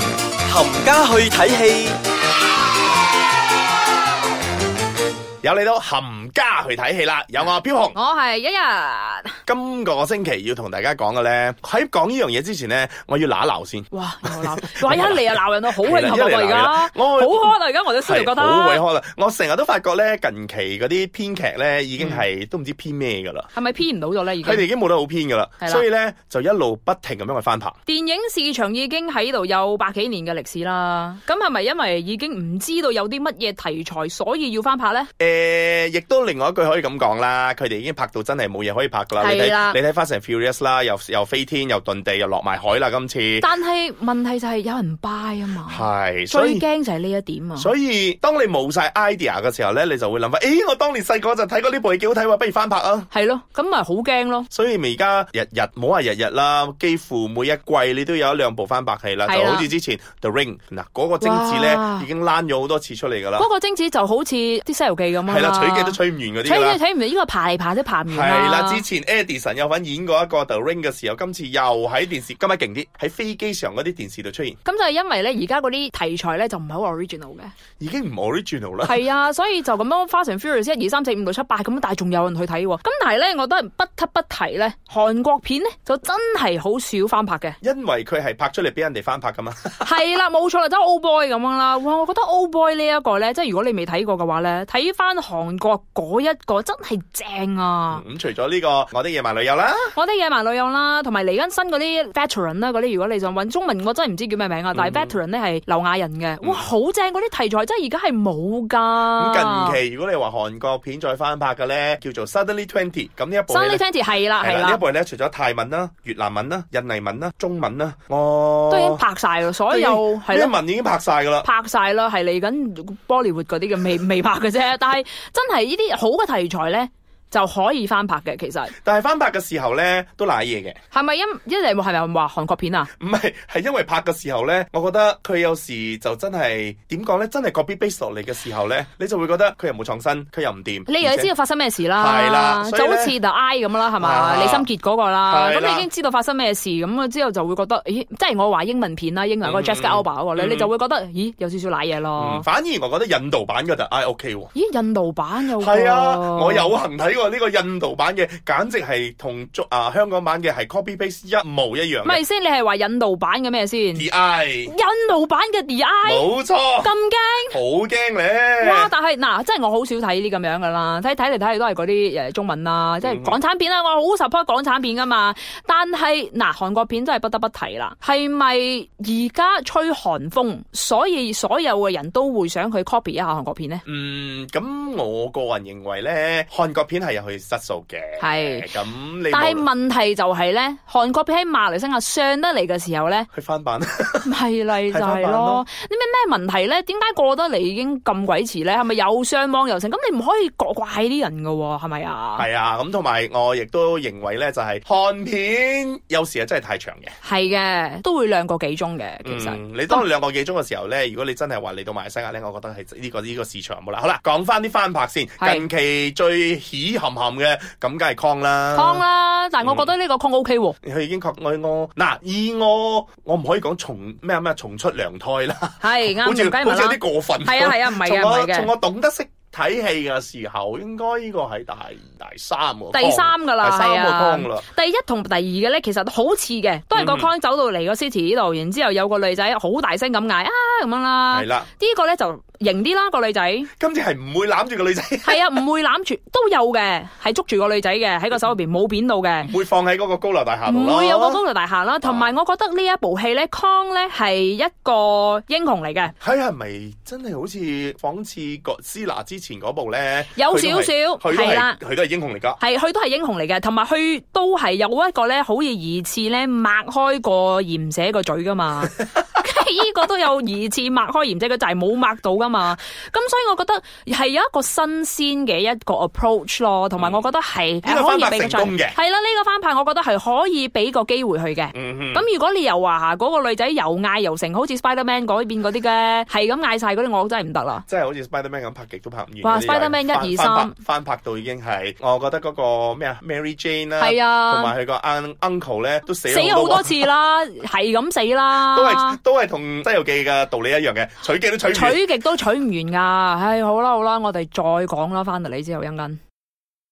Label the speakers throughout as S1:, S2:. S1: 冚家去睇戲，
S2: 有你都冚家去睇戲啦！有我標紅，
S3: 我係一日，
S2: 今個星期要同大家講嘅咧，喺講呢樣嘢之前咧，我要嗱一鬧先。
S3: 哇！又鬧， 哇！一嚟就鬧人咯，好慶幸啊！我而
S2: 一嚟鬧人
S3: 家
S2: 啦我
S3: 好開啦，而家我都先嚟覺
S2: 係好鬼
S3: 得，
S2: 開啦！我成日都發覺咧，近期嗰啲編劇咧已經係、都唔知編咩噶啦，
S3: 係咪編唔到咗咧？已
S2: 佢哋已
S3: 經
S2: 經冇得好編噶啦，
S3: 係啦
S2: 所以咧就一路不停咁樣去翻拍。
S3: 電影市場已經喺度有百幾年嘅歷史啦。咁係咪因為已經唔知道有啲乜嘢題材，所以要翻拍咧？
S2: 誒、亦都另外一句可以咁講啦，佢哋已經拍到真係冇嘢可以拍㗎啦。你
S3: 係啦
S2: 睇你睇《Fast and Furious》啦，又又飛天，又遁地，又落埋海啦，今次
S3: 但係問題就係有人 buy 啊嘛，
S2: 係，所
S3: 最
S2: 以。
S3: 驚就係呢一點啊。
S2: 所以當你冇晒 idea 嘅時候咧，你就會諗翻，誒、我當年細個就睇過呢部戲幾好睇喎，不如翻拍啊！
S3: 係咯，咁咪好驚咯。
S2: 所以咪而家日日冇話日日啦，幾乎每一季你都有一兩部翻拍戲啦，
S3: 係
S2: 就
S3: 啦
S2: 好似之前 The Ring 嗱嗰、個精子咧
S3: 哇
S2: 已經躝咗好多次出嚟㗎啦，
S3: 嗰個精子就好似啲《西遊記》咁啊，
S2: 係啦，取嘅都取唔完嗰啲
S3: 睇
S2: 㗎啦
S3: 睇。睇唔到，呢個爬嚟爬去都爬唔完啊
S2: 係啦，之前 Edison 有份演過一個 The Ring 嘅時候，今次又喺電視，今日勁啲喺飛機上嗰啲電視度出現，
S3: 咁就係因為咧，而家嗰啲題材咧就唔係好 original 嘅，
S2: 已經唔 original 啦。，
S3: 係啊，所以就咁樣《Fast and Furious》一二三四五六七八咁，但係仲有人去睇喎。咁但係咧，我都係不得不提咧，韓國片咧就真係好少翻拍嘅
S2: 因為佢係拍出嚟俾人哋翻拍噶嘛，
S3: 係啦，冇錯啦，即係 Old Boy 咁樣啦。哇，我覺得 Old Boy 呢一個咧，即係如果你未睇過嘅話咧，睇翻韓國嗰一個真係正啊！
S2: 咁除咗呢個我的野蠻女友啦，
S3: 我啲野蠻女友啦，同埋嚟緊新嗰啲 veteran 啦，嗰啲如果你想揾中文，我真係唔知叫咩名啊。但
S2: 嗯
S3: 係 veteran 咧係劉亞仁嘅，哇，好正嗰啲題材真係而家係冇㗎。
S2: 咁近期如果你話韓國片再翻拍嘅咧，叫做 Suddenly Twenty，咁呢一部戲
S3: Sunny
S2: 呢
S3: Twenty 係啦
S2: 係
S3: 係
S2: 啦，呢一
S3: 啦，
S2: 部咧除咗泰文啦、越南文啦、印尼文啦、中文啦，
S3: 都已經
S2: 哦，
S3: 拍晒啦，所有
S2: 呢
S3: 係
S2: 一
S3: 咯。
S2: 文已經拍晒噶啦。
S3: 拍晒啦，係嚟緊 Bollywood 嗰啲嘅未未拍 嘅啫，但係真係呢啲好嘅題材咧就可以翻拍嘅。其實
S2: 但係翻拍嘅時候咧都賴嘢嘅，
S3: 係咪因一嚟係咪話韓國片啊？
S2: 唔係 係因為拍嘅時候咧，我覺得佢有時就真係點講咧，真係 copy base 落嚟嘅時候咧，你就會覺得佢又冇創新，佢又唔掂。
S3: 你又知道發生咩事啦，
S2: 係啦所以
S3: 就
S2: 呢
S3: 好似 The I 咁啦，係
S2: 啊
S3: 嘛？李心潔嗰個啦，
S2: 係
S3: 咁
S2: 啦
S3: 你已經知道發生咩事，咁啊之後就會覺得，咦，即係我話英文片啦，英文嗰個
S2: 嗯
S3: Jessica Alba 嗰個咧，
S2: 嗯
S3: 你就會覺得，咦，有少少賴嘢
S2: 嗯
S3: 咯。
S2: 反而我覺得印度版嘅就唉 OK 喎。
S3: 咦，印度版有個
S2: 係啊，
S3: 哦
S2: 我有幸睇過呢個印度版嘅，簡直係同中啊香港版嘅係 copy paste 一模一樣嘅。
S3: 咪先？你係話印度版嘅咩先？
S2: D I，
S3: 印度版嘅 The I
S2: 冇錯，好
S3: 咁驚？
S2: 驚咧。
S3: 哇！但係嗱，即係我好少睇呢啲咁樣噶啦，睇睇嚟睇去都係嗰啲誒中文啊啦，即
S2: 嗯
S3: 係港產片啦，我好 support 港產片噶嘛。但係嗱，韓國片真係不得不提啦。係咪而家吹韓風，所以所有嘅人都會想去 copy 一下韓國片呢？
S2: 嗯，咁我個人認為咧，韓國片係有佢質素嘅。
S3: 係
S2: 咁你
S3: 但係
S2: 冇
S3: 問題就係呢，韓國片喺馬來西亞上得嚟嘅時候呢，
S2: 去翻版，
S3: 咪嚟就
S2: 睇翻
S3: 係
S2: 版咯
S3: 咯。你咩咩問題呢？點解過得嚟已經咁鬼遲呢？係咪又上網又成？咁你唔可以怪怪啲人噶喎，係咪啊？
S2: 係啊，咁同埋我亦都認為咧，就係、韓片有時係啊真係太長嘅。
S3: 係嘅，都會兩個幾鐘嘅，其實。
S2: 嗯，你當你兩個幾鐘嘅時候咧，如果你真係話嚟到馬來西亞咧，我覺得係呢、個呢、個市場冇啦。好啦，講翻啲翻拍先，
S3: 係
S2: 近期最喜冚冚嘅咁，梗係 Kong 啦。
S3: 康啦，但我覺得呢個康 O K 喎，
S2: 佢已經確我我嗱，以我我唔可以講重咩啊咩啊重出娘胎啦，
S3: 係啱
S2: 好似
S3: 條雞
S2: 好
S3: 文
S2: 似有
S3: 啦
S2: 啲，過分。
S3: 係啊係啊，唔係嘅
S2: 從
S3: 唔
S2: 我
S3: 係
S2: 從
S3: 嘅，
S2: 我懂得識睇戲嘅時候，應該呢個係大大三個
S3: 第三噶啦，
S2: 第
S3: 係
S2: 三個
S3: 啊
S2: Kong 啦，
S3: 第一同第二嘅咧，其實好似嘅，都係個
S2: 嗯
S3: con 走到嚟個 city 呢度，然之後有個女仔好大聲咁嗌啊咁樣啦，
S2: 係
S3: 呢
S2: 啦，
S3: 個咧就型啲啦個女仔，
S2: 今次係唔會攬住個女仔，
S3: 係啊唔會攬住都有嘅，係捉住個女仔嘅喺個手入邊冇扁到嘅。
S2: 唔會放喺嗰個高樓大廈度
S3: 唔
S2: 咯。
S3: 會啊有個高樓大廈啦，同埋我覺得呢一部戲咧，Kong 咧係一個英雄嚟嘅，
S2: 睇係咪真係好似仿似葛斯拿之前嗰部咧？
S3: 有少少
S2: 佢都
S3: 係啦
S2: 係。佢都係英雄嚟㗎。
S3: 係佢都係英雄嚟嘅，同埋佢都係有一個咧，好似疑似咧擘開個鹽蛇個嘴噶嘛。 呢個都有疑似擘開鹽仔，佢就係冇擘到噶嘛。咁所以我覺得係有一個新鮮嘅一個 approach 咯，同埋我覺得係
S2: 嗯呢個
S3: 可以
S2: 翻拍
S3: 俾個
S2: 成功嘅
S3: 係啦，呢個翻拍我覺得係可以俾個機會佢嘅。
S2: 嗯哼，
S3: 咁如果你又話嚇嗰個女仔又嗌又成，好似 Spiderman 嗰邊嗰啲嘅，係咁嗌晒嗰啲，我真係唔得啦。
S2: 真係好似 Spiderman 咁拍極都拍唔完。
S3: 哇
S2: 嗰啲又係
S3: Spiderman
S2: 翻
S3: 一二三
S2: 翻拍翻拍到已經係，我覺得嗰個咩啊 Mary Jane 啦，
S3: 係啊
S2: 同埋佢個 un- uncle 咧都死
S3: 死咗
S2: 咗
S3: 好多啊
S2: 次，
S3: 次啦，係咁死啦，
S2: 都係都係同同《西遊記》嘅道理一樣嘅，取經都取唔完。
S3: 取極都取唔完噶，唉，好啦好啦，我哋再講啦，翻嚟你之後一間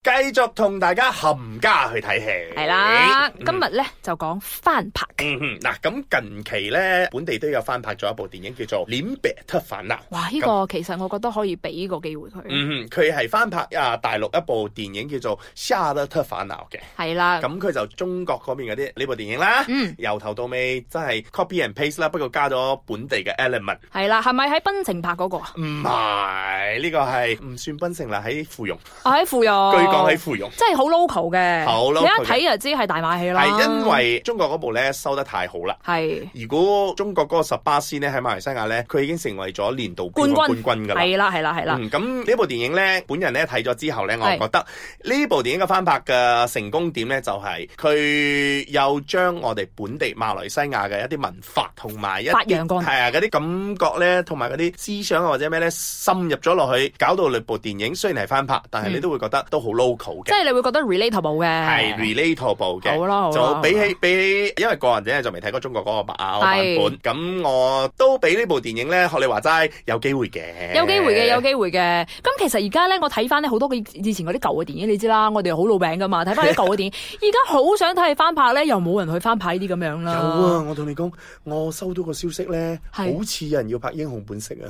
S2: 繼續同大家冚家去睇戲。
S3: 係啦，
S2: 嗯
S3: 今日咧就講翻拍，
S2: 嗯哼，嗱咁近期咧，本地都有翻拍咗一部電影叫做《臉病特煩惱》。
S3: 哇！呢個其實我覺得可以俾個機會佢，
S2: 嗯哼，佢係翻拍啊大陸一部電影叫做《夏洛特煩惱》嘅，
S3: 係啦，
S2: 咁佢就中國嗰邊嗰啲呢部電影啦，
S3: 嗯，
S2: 由頭到尾真係 copy and paste 啦，不過加咗本地嘅 element。
S3: 係啦，係咪喺檳城拍嗰個啊？
S2: 唔係呢個係唔算檳城啦，喺芙蓉，據
S3: 啊喺芙蓉，
S2: 講喺芙蓉。
S3: 真係好 local 嘅，
S2: 好 local
S3: 你一睇就知係大馬戲啦，
S2: 係因為中國嗰部咧收得太好啦。
S3: 係
S2: 如果中國嗰個十八仙咧喺馬來西亞咧，佢已經成為咗年度票
S3: 冠
S2: 房
S3: 軍
S2: 冠軍㗎啦。
S3: 係啦係啦係啦，
S2: 嗯，咁呢部電影咧，本人咧睇咗之後咧，我
S3: 係
S2: 覺得呢部電影嘅翻拍嘅成功點咧，就係佢又將我哋本地馬來西亞嘅一啲文化同埋一
S3: 發
S2: 啲
S3: 揚光大
S2: 係啊嗰啲感覺咧，同埋嗰啲思想啊或者咩咧，深入咗落去，搞到你部電影雖然係翻拍，但係你
S3: 嗯
S2: 都會覺得都好 local
S3: 即
S2: 嘅，
S3: 係你會覺得 relatable
S2: 係
S3: 嘅，
S2: relatable 嘅。
S3: 好啦好啦，啊
S2: 就比
S3: 好啦
S2: 起比起，因為個人咧就未睇過中國嗰個版版
S3: 係
S2: 本，咁我都俾呢部電影咧學你話齋有機會嘅，
S3: 有機會嘅，有機會嘅。咁其實而家咧，我睇翻咧好多嘅以前嗰啲舊嘅電影，你知啦，我哋好老餅噶嘛，睇翻 啲舊嘅電影，而家好想睇翻拍咧，又冇人去翻拍呢啲咁樣啦。
S2: 有啊！我同你講，我收到個消息咧，好
S3: 係
S2: 似有人要拍《英雄本色》啊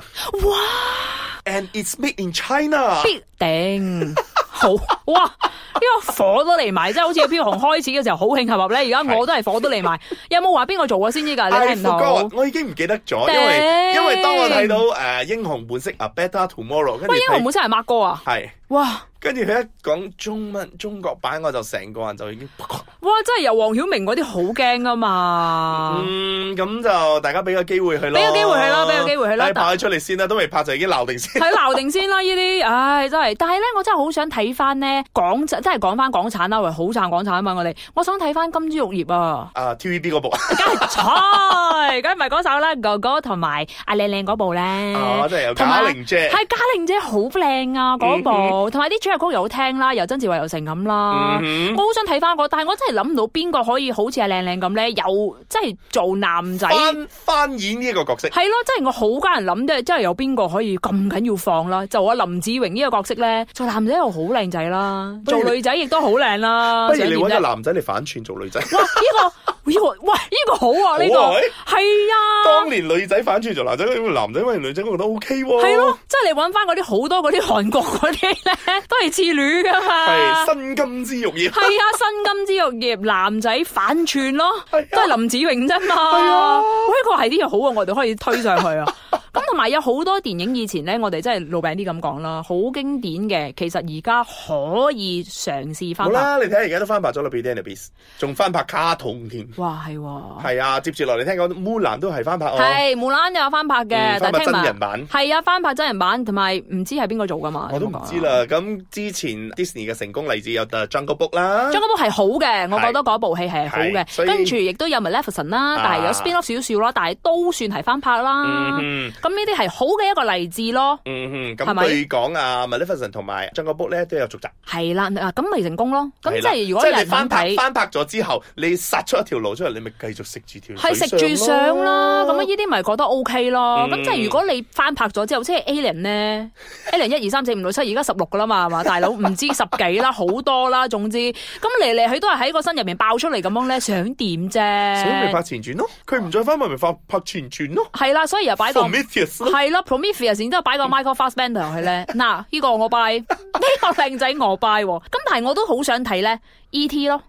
S3: 哇，
S2: ，and it's made in China。
S3: 必定 好哇！呢個火都嚟埋，即係好似飄紅開始嘅時候好興合合咧，而家我都係火都嚟埋。有冇話邊個做過先知㗎？
S2: I
S3: 你睇唔到
S2: forgot，。我已經唔記得咗，因為
S3: 頂
S2: 因為當我睇到誒、呃英雄本色》啊，《Better Tomorrow》，跟住
S3: 喂，英雄
S2: 睇
S3: 本身係 Mark 哥啊！
S2: 係，
S3: 哇
S2: 跟住佢一講中文中國版，我就成個人就已經，
S3: 哇，真係由黃曉明嗰啲好驚噶嘛！
S2: 嗯，咁就大家俾個機會佢咯，
S3: 啊俾個機會佢啦俾個機會佢啦
S2: 唉
S3: 但
S2: 拍佢出嚟先啦，都未拍就已經鬧定 先。
S3: 睇鬧定先啦，呢啲，唉，真係。但係咧，我真係好想睇翻咧港產，真係講翻港產啦，喂，好撐港產啊嘛，我哋，我想睇翻《金枝玉葉》啊，
S2: 啊，TVB 嗰部啊，
S3: 梗係錯， 梗係唔係嗰首啦，哥哥同埋阿靚靚嗰部咧，
S2: 啊真哦係有
S3: 嗯
S2: 嗯
S3: 同埋
S2: 賈玲姐，
S3: 係嘉玲姐好靚啊，嗰部，同埋啲主題曲又好聽啦，又曾志偉又成咁啦。
S2: 嗯
S3: 我好想睇翻嗰，但係我真係諗唔到邊個可以好似阿靚靚咁咧，又即係做男仔
S2: 哼，。翻翻演呢一個角色。
S3: 係咯，真係我好家人諗啫，真係有邊個可以咁緊要放啦？就我林子榮呢個角色咧，做男仔又好靚仔啦，
S2: 不如
S3: 做
S2: 你
S3: 女仔亦都好靚啦。
S2: 不如你揾個
S3: 想點啫
S2: 男仔嚟反串做女仔。
S3: 哇！呢、個呢、個喂呢、個好啊，呢、個
S2: 好啊喂
S3: 係啊，
S2: 當年女仔反轉做男仔，男仔揾女仔，我覺得 O K 喎。
S3: 係咯，即係你揾翻嗰啲好多嗰啲韓國嗰啲咧，都係次女噶嘛。
S2: 係新金枝玉葉。
S3: 啊係啊，新金枝玉葉男仔反串咯，
S2: 係啊
S3: 都係林子穎啫
S2: 係
S3: 嘛
S2: 啊。
S3: 喂，呢個係啲嘢好啊，我哋可以推上去啊。 咁同埋有好多電影以前咧，我哋真係老餅啲咁講啦，好經典嘅，其實而家可以嘗試
S2: 好
S3: 翻拍。
S2: 啦，你睇下而家都翻拍咗啦《Beauty and the Beast》，仲翻拍卡通添。
S3: 哇，係喎，
S2: 係啊，接住落嚟聽講《木蘭》都係翻拍哦，
S3: 係無啦啦有翻拍嘅
S2: 嗯，翻
S3: 但係
S2: 拍
S3: 聽
S2: 真人
S3: 聞
S2: 版。
S3: 係啊，翻拍真人版，同埋唔知係邊個做噶嘛？
S2: 我都唔知。啦。咁之前 Disney 嘅成功例子有《The Jungle Book》啦，
S3: 張嗰部係好嘅，我覺得嗰部戲係好
S2: 係所
S3: 嘅，
S2: 以
S3: 跟住亦都有 Maleficent 啦，但係有
S2: 啊
S3: spin off 少少啦，但係都算係翻拍啦。
S2: 嗯哼
S3: 咁呢啲係好嘅一個例子咯，
S2: 嗯哼，咁
S3: 啊係咪
S2: 據講啊，《Maleficent》同埋《Jungle Book》咧都有續集。
S3: 係啦，啊咁咪成功咯。咁
S2: 係
S3: 即
S2: 啦
S3: 係如果
S2: 即係
S3: 有
S2: 你
S3: 人
S2: 翻
S3: 肯
S2: 拍
S3: 睇，
S2: 翻拍咗之後，你殺出一條路出嚟，你咪繼續食住條
S3: 係食住相
S2: 相
S3: 啦。咁
S2: 樣
S3: 啊，呢啲咪覺得 O K 咯。
S2: 嗯
S3: 咁即係如果你翻拍咗之後，即係 Alien 咧，Alien 一二三四五六七，而家十六噶啦嘛，係嘛？ 大佬唔知十幾啦，好多啦，總之咁嚟嚟去都係喺個身入面爆出嚟咁樣咧，想點
S2: 所以咪
S3: 啫
S2: 拍？前傳咯，佢唔再翻咪咪拍拍前傳咯
S3: 係啦，所以又擺個。
S2: ，Prometheus 咯，嗯
S3: 係啦，Prometheus 然之後擺個 Michael Fassbender 落去咧，嗱呢個我 buy，呢個靚仔我 buy，喎咁但係我都好想睇咧 E.T. 咯，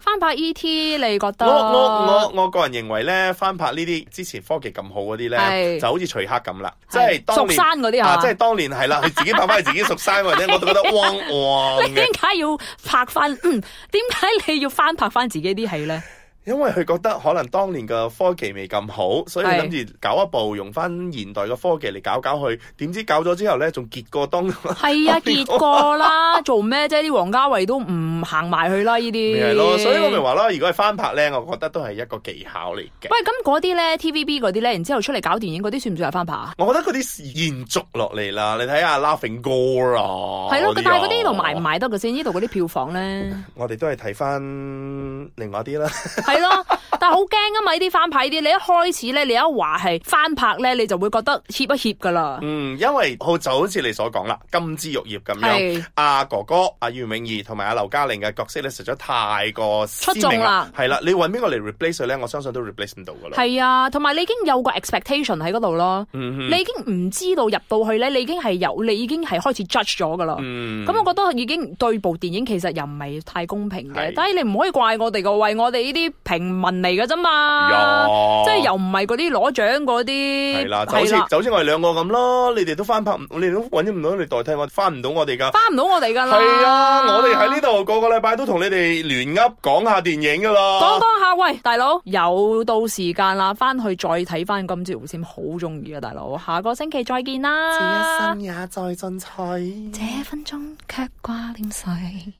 S3: 翻拍 E.T. 你覺得？
S2: 我我我我個人認為咧，翻拍呢啲之前科技咁好嗰啲咧，
S3: 係
S2: 就好似徐克咁啦，即
S3: 係
S2: 係當
S3: 蜀
S2: 年
S3: 山嗰啲係
S2: 啊，
S3: 嘛
S2: 即係當年係啦，佢自己拍翻佢自己蜀山嗰啲，我都 覺得汪汪
S3: 你
S2: 嘅
S3: 點，解要拍翻？嗯，點解你要翻拍翻自己 啲戲咧？
S2: 因為佢覺得可能當年嘅科技未咁好，所以
S3: 係
S2: 諗住搞一部用翻現代嘅科技嚟搞搞去，點知搞咗之後咧，仲結過當。
S3: 係啊，結過啦，做咩啫？啲王家衛都唔行埋去啦，
S2: 咪
S3: 呢啲
S2: 係咯，所以我咪話咯，如果係翻拍咧，我覺得都係一個技巧嚟嘅。
S3: 喂，咁嗰啲咧 TVB 嗰啲咧，然之後出嚟搞電影嗰啲，算唔算係翻拍啊？
S2: 我覺得嗰啲延續落嚟啦，你睇下 Laughing 哥啊，
S3: 係咯，
S2: 嗰
S3: 但
S2: 啲啊哦
S3: 係嗰啲呢度賣唔？賣得嘅先？呢度嗰啲票房咧？
S2: 我哋都係睇翻另外一啲啦，
S3: 係咯，但係好驚啊嘛！呢啲翻拍呢啲，你一開始咧，你一話係翻拍咧，你就會覺得怯一怯噶啦。
S2: 嗯，因為好就好似你所講啦，金枝玉葉咁樣。
S3: 係
S2: 阿、哥哥、阿、袁詠儀同埋阿劉嘉玲嘅角色咧，實在太過出
S3: 出眾啦
S2: 係啦，你揾邊個嚟 replace 佢咧？我相信都 replace 唔到噶啦。
S3: 係啊，同埋你已經有個 expectation 喺嗰度咯，
S2: 嗯
S3: 你已經唔知道入到去咧，你已經係有，你已經係開始 judge 咗噶啦。
S2: 嗯
S3: 咁、我覺得已經對部電影其實又唔係太公平嘅
S2: 係，
S3: 但係你唔可以怪我哋個，為我哋呢啲平民嚟嘅啫嘛，
S2: 呀
S3: 啊即係又唔係嗰啲攞獎嗰啲，
S2: 係啦，就好似
S3: 係啦
S2: 就好似我哋兩個咁咯，你哋都翻拍唔，你哋都揾唔到你代替我，翻唔到我哋噶。
S3: 翻唔到我哋噶啦。
S2: 係啊，我哋喺呢度個個禮拜都同你哋聯噏講下電影噶
S3: 講啊
S2: 啦。
S3: 講下，喂，大佬有到時間啦，翻去再睇翻今朝無線，好中意啊，大佬，下個星期再見啦。
S2: 也在進取。
S3: 這分鐘卻掛念誰？